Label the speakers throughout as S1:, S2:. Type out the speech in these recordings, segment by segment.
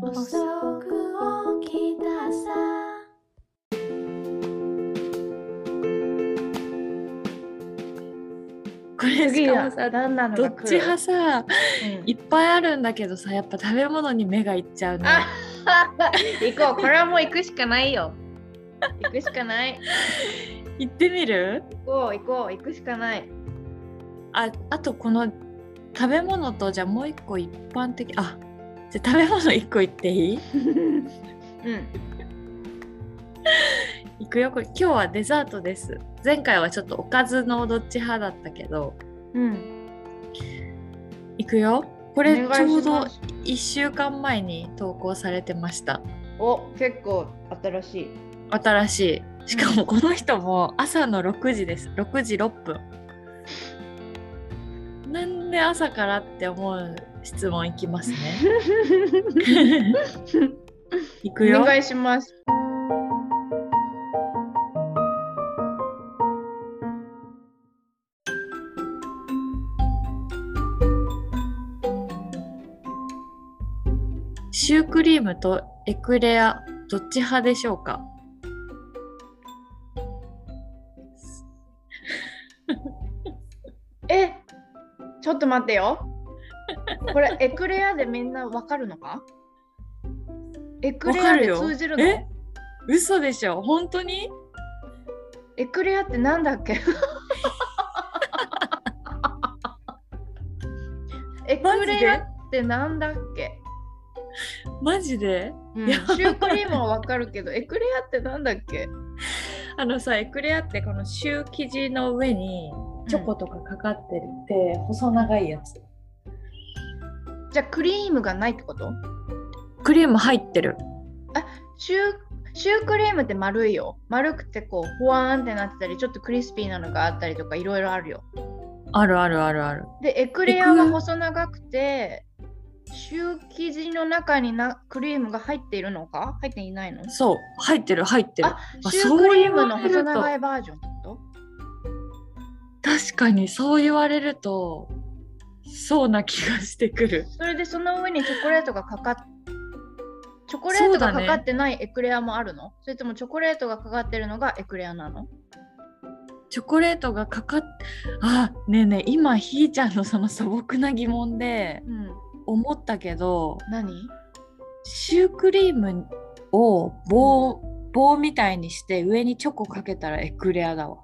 S1: 遅く起きたさ
S2: これし
S1: 次
S2: か
S1: は
S2: もさ
S1: 何なの
S2: ど
S1: が
S2: っ
S1: 来
S2: ち
S1: る
S2: 派さ
S1: うん
S2: いっぱいあるんだけどさやっぱ食べ物に目がいっちゃうね
S1: あ行こうこれはもう行くしかないよ行くしかない
S2: 行ってみる
S1: 行こう行こう行くしかない
S2: ああとこの食べ物とじゃあもう一個一般的あじゃあ食べ物一個言っていい
S1: うん
S2: 行くよこれ今日はデザートです前回はちょっとおかずのどっち派だったけど
S1: うん
S2: 行くよこ
S1: こ
S2: れちょうど1週間前に投稿されてました
S1: お結構新しい
S2: 新しいしかもこの人も朝の6時です6時6分なんで朝からって思う質問いきます ね行くよ
S1: お願いします
S2: シュークリームとエクレアどっち派でしょうか
S1: えちょっと待ってよこれエクレアでみんなわかるのかエク
S2: わ
S1: レ
S2: か
S1: ア
S2: る
S1: で
S2: よ
S1: 通じるの
S2: え嘘でしょ本当に
S1: エクレアってなんだっけエクレアってなんだっけ、
S2: マジで
S1: うんシュークリームはわかるけどエクレアってなんだっけ
S2: あのさエクレアってこのシュー生地の上にチョコとかかかってるって、細長いやつ
S1: じゃあクリームがないってこと
S2: クリーム入ってる
S1: シューシュークリームって丸いよ丸くてこうホワーンってなってたりちょっとクリスピーなのがあったりとかいろいろあるよ
S2: あるあるあるある
S1: でエクレアは細長くてシュー生地の中になクリームが入っているのか入っていないの
S2: そう入ってる入ってる
S1: あシュークリームの細長いバージョンってこと
S2: 確かにそう言われるとそうな気がしてくる
S1: それでその上にチョコレートがかかっチョコレートがかかってないエクレアもあるのそれともチョコレートがかかってるのがエクレアなの
S2: チョコレートがかかっあねえねえ今ひーちゃんのその素朴な疑問で
S1: うん。
S2: 思ったけど
S1: 何
S2: シュークリームを棒,、棒みたいにして上にチョコかけたらエクレアだわ。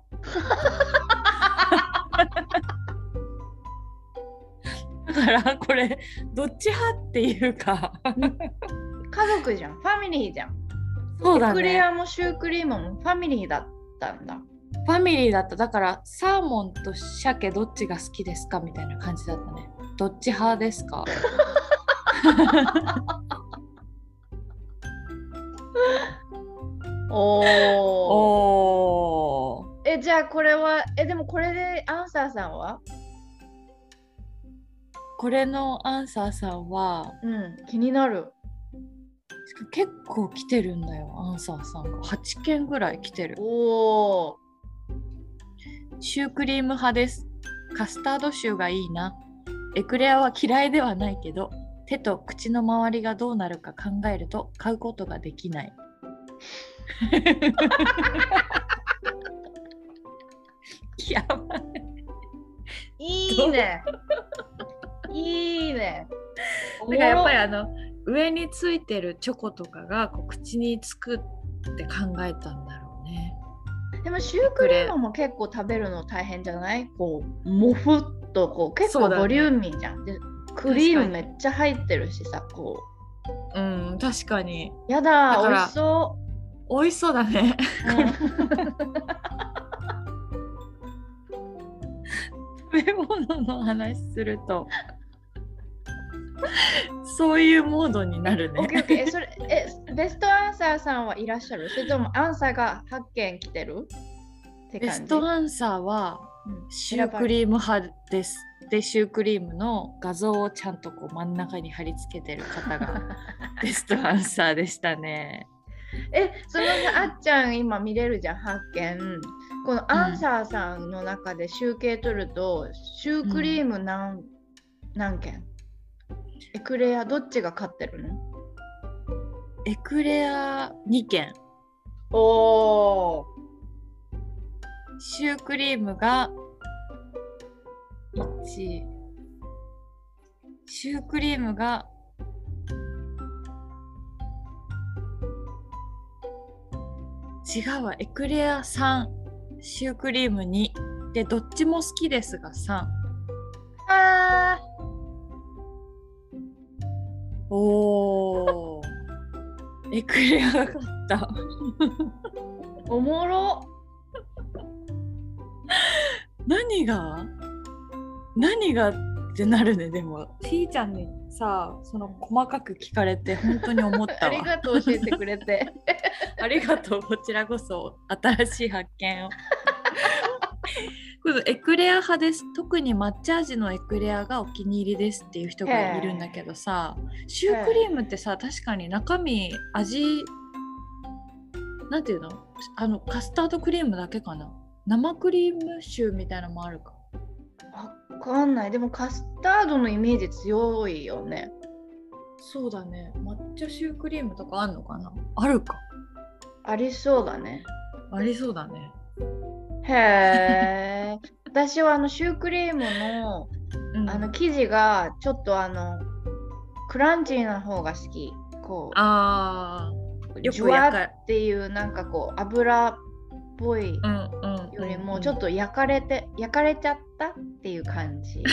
S2: だからこれどっち派っていうか
S1: 家族じゃん。ファミリーじゃん。
S2: そうだ
S1: エクレ
S2: ね
S1: アもシュークリームもファミリーだったんだ。
S2: ファミリーだっただからサーモンと鮭どっちが好きですかみたいな感じだったねどっち派ですか
S1: おお。
S2: おー
S1: え、じゃあこれは、え、でもこれでアンサーさんは
S2: これのアンサーさんは
S1: うん、気になる。
S2: しかも結構来てるんだよアンサーさんが8件ぐらい来てる
S1: おお。
S2: シュークリーム派ですカスタードシューがいいなエクレアは嫌いではないけど手と口の周りがどうなるか考えると買うことができないやばい
S1: い いね。いいね。
S2: だからやっぱりあの上についてるチョコとかがこう口につくって考えたんだろうね
S1: でもシュークリームも結構食べるの大変じゃないこうもふっとこう結
S2: そ
S1: 構
S2: うだね
S1: ボリューミーじゃん。でクリーム
S2: 確か
S1: め
S2: に
S1: っちゃ入ってるしさこ
S2: うん確かに
S1: うやだ
S2: だから
S1: 美味しそ
S2: 美味しそうだね
S1: う。
S2: 食べ物の話するとそういうモードになる
S1: オッ
S2: ね
S1: ケーオッケーえそれえベストアンサーさんはいらっしゃるそれともアンサーが8件来てるって
S2: ベ
S1: 感じ
S2: ストアンサーは
S1: うん
S2: シュークリーム派ですでシュークリームの画像をちゃんとこう真ん中に貼り付けてる方がベストアンサーでしたね
S1: えそのさあっちゃん今見れるじゃん発見このアンサーさんの中で集計取ると、シュークリーム何,、何件エクレアどっちが勝ってるの
S2: エクレア2件
S1: おー
S2: シュークリームが1シュークリームが違うわエクレア3シュークリーム2でどっちも好きですが3
S1: あ
S2: おー エクレアが勝った
S1: ーおもろ
S2: 何が何がってなるねでもひーちゃんにさその細かく聞かれて本当に思った わ
S1: ありがとう教えてくれて
S2: ありがとうこちらこそ新しい発見 をこのエクレア派です特に抹茶味のエクレアがお気に入りですっていう人がいるんだけどさシュークリームってさ確かに中身味なんていうのあのカスタードクリームだけかな生クリームシューみたいなのもあるか
S1: わかんないでもカスタードのイメージ強いよね
S2: そうだね抹茶シュークリームとかあんのかなあるか
S1: ありそうだね
S2: ありそうだね
S1: へ え私はあのシュークリームの
S2: うん
S1: あの生地がちょっとあのクランチーな方が好きこう
S2: あーよ
S1: ジュ
S2: く
S1: ワ
S2: やか
S1: ッっていうなんかこう油っぽい
S2: うんうん
S1: よりもちょっと焼かれて焼かれちゃったっていう 感じちょっ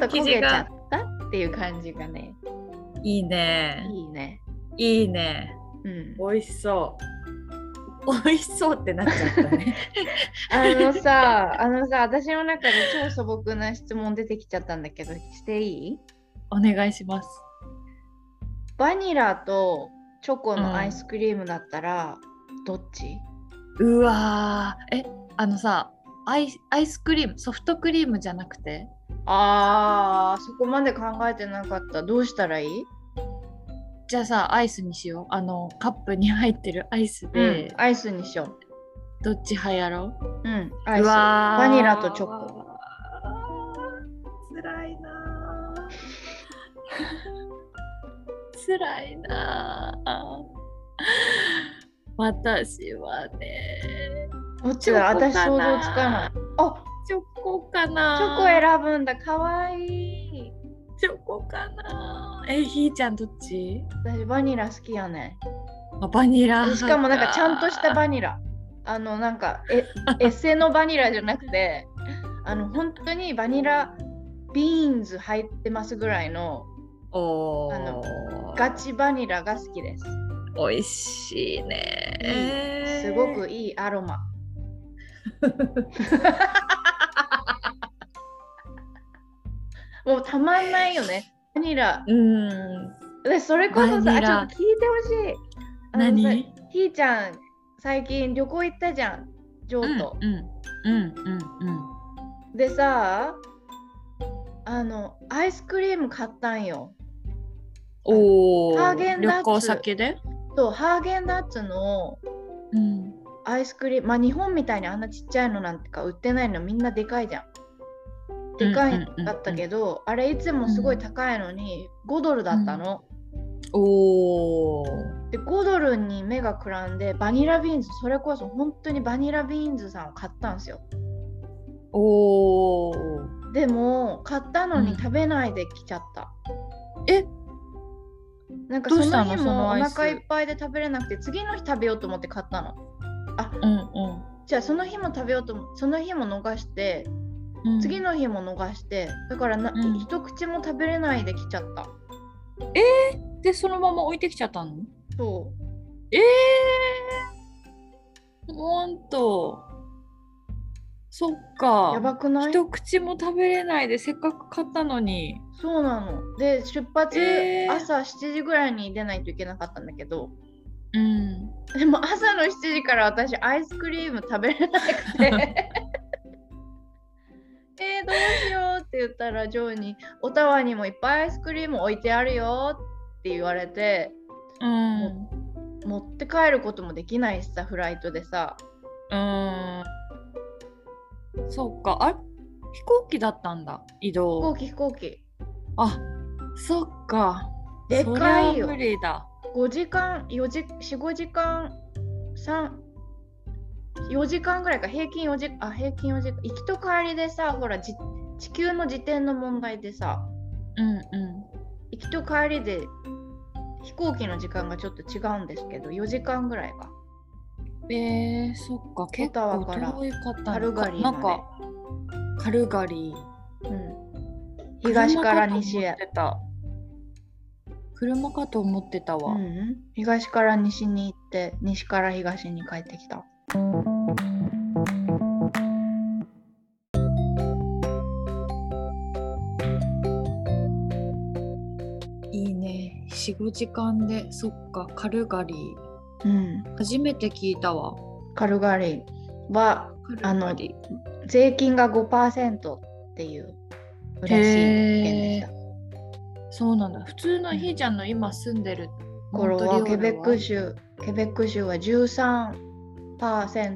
S1: と焦げちゃったっていう感じがね
S2: いいね
S1: いいね
S2: いいね
S1: うん
S2: 美味しそう美味しそうってなっちゃったね
S1: あのさあのさ私の中で超素朴な質問出てきちゃったんだけどしていい
S2: お願いします
S1: バニラとチョコのアイスクリームだったら、どっち
S2: うわーえあのさアイアイスクリームソフトクリームじゃなくて
S1: あーそこまで考えてなかったどうしたらいい、
S2: じゃあさアイスにしようあのカップに入ってるアイスで、
S1: アイスにしよ
S2: どっち派やろう
S1: ううんアイス
S2: わー
S1: バニラとチョコ。
S2: つらいな あ。つらいなあ。私はね。
S1: どっちだ私想像つかな
S2: い。
S1: いあ
S2: チョコかな。
S1: チョコ選ぶんだかわいい
S2: チョコかな。え、ひーちゃんどっち？
S1: 私バニラ好きやね
S2: あバニラ派。
S1: しかもなんかちゃんとしたバニラあのなんか えエセのバニラじゃなくてあの本当にバニラビーンズ入ってますぐらいの
S2: おー
S1: あのガチバニラが好きです。
S2: 美味しいね。
S1: すごくいいアロマ。もうたまんないよね。バニラ。
S2: うん。
S1: でそれこ
S2: バ
S1: そさ、
S2: ニ
S1: あちょ
S2: ラ
S1: っと聞いてほしい。あのさ
S2: 何？
S1: ひーちゃん、最近旅行行ったじゃん、ジョーと。
S2: うんうんうんうん
S1: でさ、あの、アイスクリーム買ったんよ。
S2: おお
S1: ハーゲンダッツ
S2: 旅行先で、
S1: と、ハーゲンダッツの
S2: うん、
S1: アイスクリーム、まあ日本みたいにあんなちっちゃいのなんてか売ってないのみんなでかいじゃん。でかいだったけど、あれいつもすごい高いのに5ドルだったの。
S2: おお
S1: で5ドルに目がくらんでバニラビーンズそれこそ本当にバニラビーンズさんを買ったんですよ
S2: おお
S1: でも買ったの
S2: うん
S1: に食べないで来ちゃった、
S2: え
S1: なんか
S2: ど
S1: そう
S2: したの
S1: の日
S2: そ
S1: も
S2: の
S1: お
S2: アイス
S1: 腹いっぱいで食べれなくて次の日食べようと思って買ったの
S2: うん
S1: じゃあその日も食べようと思その日も逃して
S2: うん
S1: 次の日も逃してだからな、
S2: うん
S1: 一口も食べれないで来ちゃった
S2: でそのまま置いてきちゃったの
S1: そう
S2: ええー、ほんとそっか
S1: やばくない
S2: 一口も食べれないでせっかく買ったのに
S1: そうなので出発、
S2: えー
S1: 朝7時ぐらいに出ないといけなかったんだけど
S2: うん
S1: でも朝の7時から私アイスクリーム食べれなくて えー、どうしようって言ったらジョーに「オタワにもいっぱいアイスクリーム置いてあるよ」って言われて
S2: うん
S1: 持って帰ることもできないしさフライトでさ
S2: うーん。そうか。あ飛行機だったんだ。移
S1: 飛行
S2: 動。
S1: 機飛行機
S2: あそっか。
S1: で
S2: それ
S1: か
S2: はい
S1: よ
S2: 無。理だ。
S1: 5時間、4時、4、5時間、3、4時間ぐらいか、平均4時間、あ、平均4時間、行きと帰りでさ、ほら、じ地球の時点の問題でさ、
S2: うんう
S1: 行きと帰りで飛行機の時間がちょっと違うんですけど、4時間ぐらいか。
S2: ん。えー、そっか、結構
S1: オタワから
S2: 遠い方
S1: カルガリー
S2: な
S1: まで
S2: んか、カルガリー。
S1: うん。東から西へ。
S2: 車かと思ってた。車かと
S1: う
S2: 思ってたわ。
S1: ん、東から西に行って、西から東に帰ってきた。
S2: いいね。4、5時間で、そっか、カルガリー。
S1: うん。
S2: 初めて聞いたわ。
S1: カルガリーは
S2: カルガリー。
S1: 税金が5%っていう嬉しい件でした。
S2: そうなんだ。普通のひーちゃんの今住んでるモン
S1: 頃
S2: トリオール
S1: はケベック州、ケベック州は13%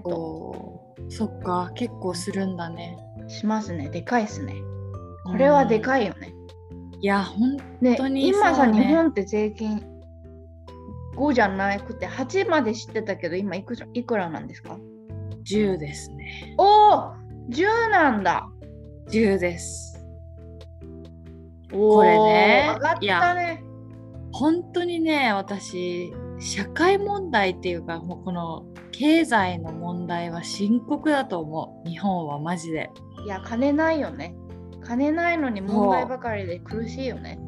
S2: おーそっか、結構するんだね。
S1: しますね。でかいっすね。これはでかいよね。
S2: いや、ほん、
S1: ね
S2: 当に
S1: 今
S2: そ
S1: さ、
S2: うね
S1: 日本って税金5じゃなくて8まで知ってたけど、今いくらいくらなんですか
S2: 10ですね。
S1: おお !10 なんだ
S2: 10です。
S1: こ
S2: れね
S1: 上がったね。
S2: 本当にね、私、社会問題っていうか、もうこの経済の問題は深刻だと思う。日本はマジで。
S1: いや、金ないよね。金ないのに問題ばかりで苦しいよね。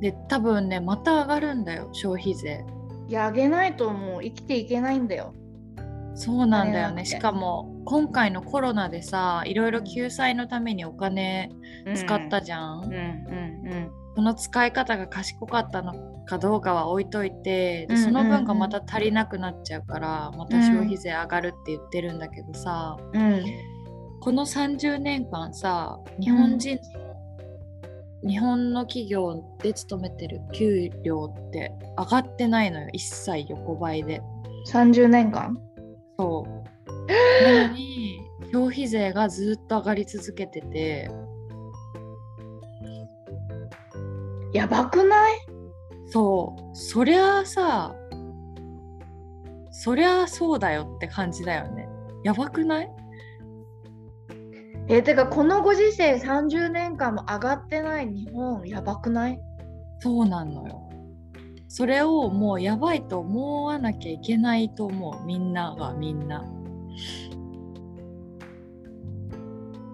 S2: で、多分ね、また上がるんだよ、消費税。
S1: いやあげないともう生きていけないんだよ。
S2: そうなんだよ
S1: あれなん
S2: ね。
S1: て
S2: しかも、今回のコロナでさ、いろいろ救済のためにお金使ったじゃん。
S1: うんうんうん
S2: この使い方が賢かったのかどうかは置いといてで
S1: うんうんうん
S2: その分がまた足りなくなっちゃうからまた消費税上がるって言ってるんだけどさ、
S1: うん
S2: この30年間さ日本人、日本の企業で勤めてる給料って上がってないのよ一切横ばいで。
S1: 30年間
S2: そうなのに消費税がずっと上がり続けてて
S1: やばくない
S2: そうそりゃあさそりゃあそうだよって感じだよねやばくない
S1: えてかこのご時世30年間も上がってない日本やばくない
S2: そうなのよそれをもうやばいと思わなきゃいけないと思うみんながみんななん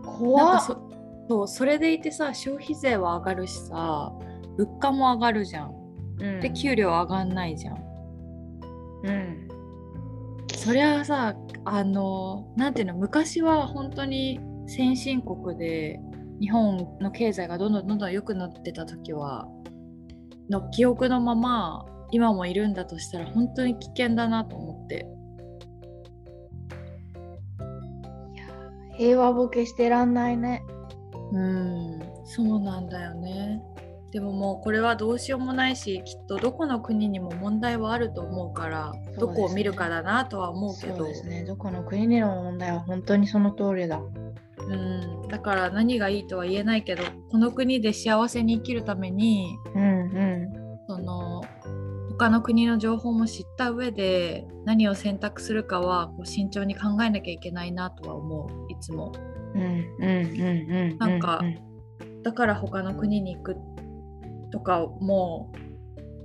S1: 怖
S2: か
S1: っ
S2: そそうそれでいてさ消費税は上がるしさ物価も上がるじゃん
S1: うん
S2: で給料上がんないじゃん
S1: うん
S2: そりゃあさあのなんていうの昔は本当に先進国で日本の経済がどんどんどんどん良くなってた時はの記憶のまま今もいるんだとしたら本当に危険だなと思って
S1: 平和ボケしてらんないね
S2: うんそうなんだよねでももうこれはどうしようもないしきっとどこの国にも問題はあると思うからどこを見るかだなとは思うけ
S1: そう
S2: ど
S1: ですねどこの国にの問題は本当にその通りだ
S2: うん、だから何がいいとは言えないけどこの国で幸せに生きるために
S1: うんう
S2: その他の国の情報も知った上で何を選択するかはこう慎重に考えなきゃいけないなとは思ういつも
S1: んうんうんうんうんうん
S2: なんかだから他の国に行くとかも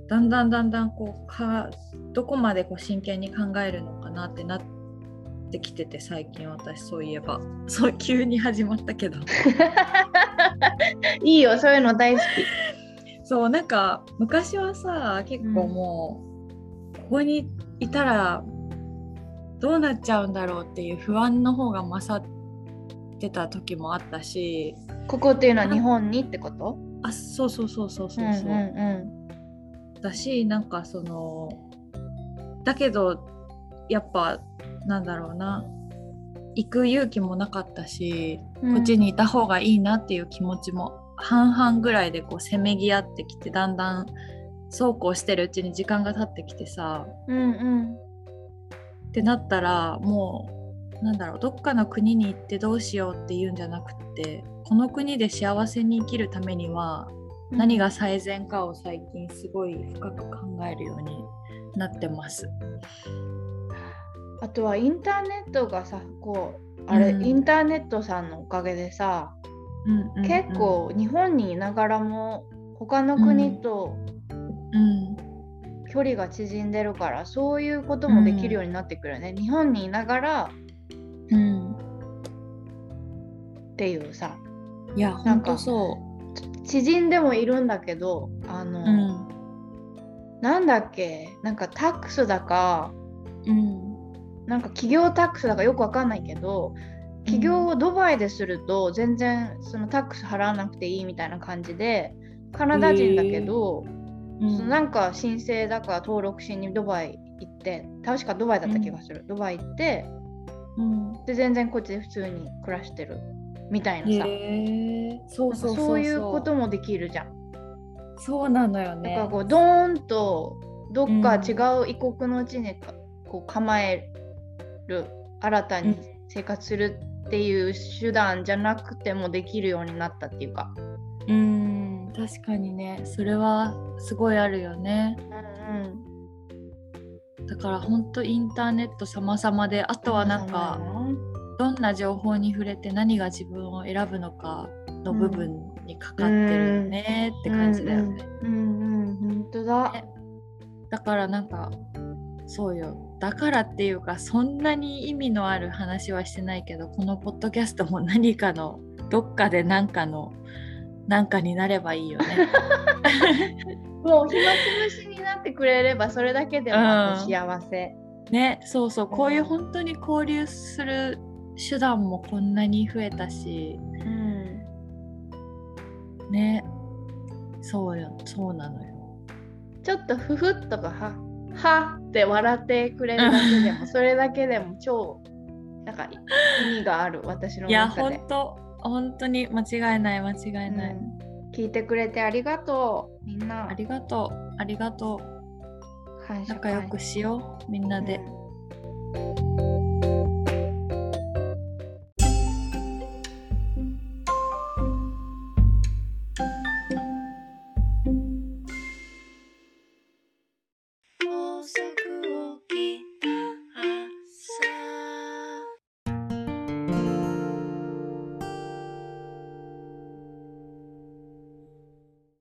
S2: うだんだんだんだんこうかどこまでこう真剣に考えるのかなってなってきてて最近私そういえば そう急に始まったけど。
S1: いいよそういうの大好き
S2: そうなんか昔はさ結構もう、ここにいたらどうなっちゃうんだろうっていう不安の方が勝ってた時もあったし
S1: ここっていうのは日本にってこと
S2: あそうそうそうそうそうそう、
S1: ん
S2: だしなんかそのだけどやっぱなんだろうな行く勇気もなかったし、
S1: うんうん
S2: こっちにいた方がいいなっていう気持ちも半々ぐらいでこうせめぎ合ってきてだんだんそうこうしてるうちに時間が経ってきてさ
S1: うんうん
S2: ってなったらもうなんだろうどっかの国に行ってどうしようっていうんじゃなくってこの国で幸せに生きるためには何が最善かを最近すごい深く考えるようになってます。
S1: あとはインターネットがさこうあれ、
S2: うん
S1: インターネットさんのおかげでさ、
S2: うんうんうん
S1: 結、構日本にいながらも他の国と
S2: うん、
S1: 距離が縮んでるから、そういうこともできるようになってくるよね、日本にいながら
S2: うん、
S1: っていうさ
S2: いや
S1: なん
S2: 本
S1: か
S2: 当そ
S1: 知人でもいるんだけどあの、
S2: う。うん、
S1: なんだっけなんかタックスだか
S2: うん、
S1: なんか企業タックスだかよくわかんないけど起業をドバイですると全然そのタックス払わなくていいみたいな感じでカナダ人だけど、
S2: うん
S1: そのなんか申請だから登録しにドバイ行って確かドバイだった気がする、ドバイ行って
S2: うん、
S1: で全然こっちで普通に暮らしてるみたいなさ、
S2: へえ、そうそう
S1: なんか
S2: そう
S1: そういうこともできるじゃん。
S2: そうなのよ
S1: だ
S2: ね。
S1: からこうドーンとどっか違う異国の地にかこう構える新たに生活するっていう手段じゃなくてもできるようになったっていうか、
S2: うん、確かにね、それはすごいあるよね。
S1: うん、
S2: だから本当インターネット様々で、あとはなんか。どんな情報に触れて何が自分を選ぶのかの部分にかかってるよねって感じだよね。
S1: うんうん本当だ
S2: ねだからなんかそうよだからっていうかそんなに意味のある話はしてないけどこのポッドキャストも何かのどっかで何かの何かになればい いよね。
S1: もう暇つぶしになってくれればそれだけでも
S2: うん
S1: 幸せ、
S2: ねそうそうこういう本当に交流する手段もこんなに増えたし
S1: うん、
S2: ねそうよそうなのよ。
S1: ちょっとふふっとかははって笑ってくれるだけでもそれだけでも超なんか意味がある私の
S2: いや
S1: 中で
S2: 本当本当に間違いない間違いない、
S1: うん聞いてくれてありがとうみんな
S2: ありがとうありがとう
S1: 感謝
S2: 仲良くしようみんなで。
S1: うん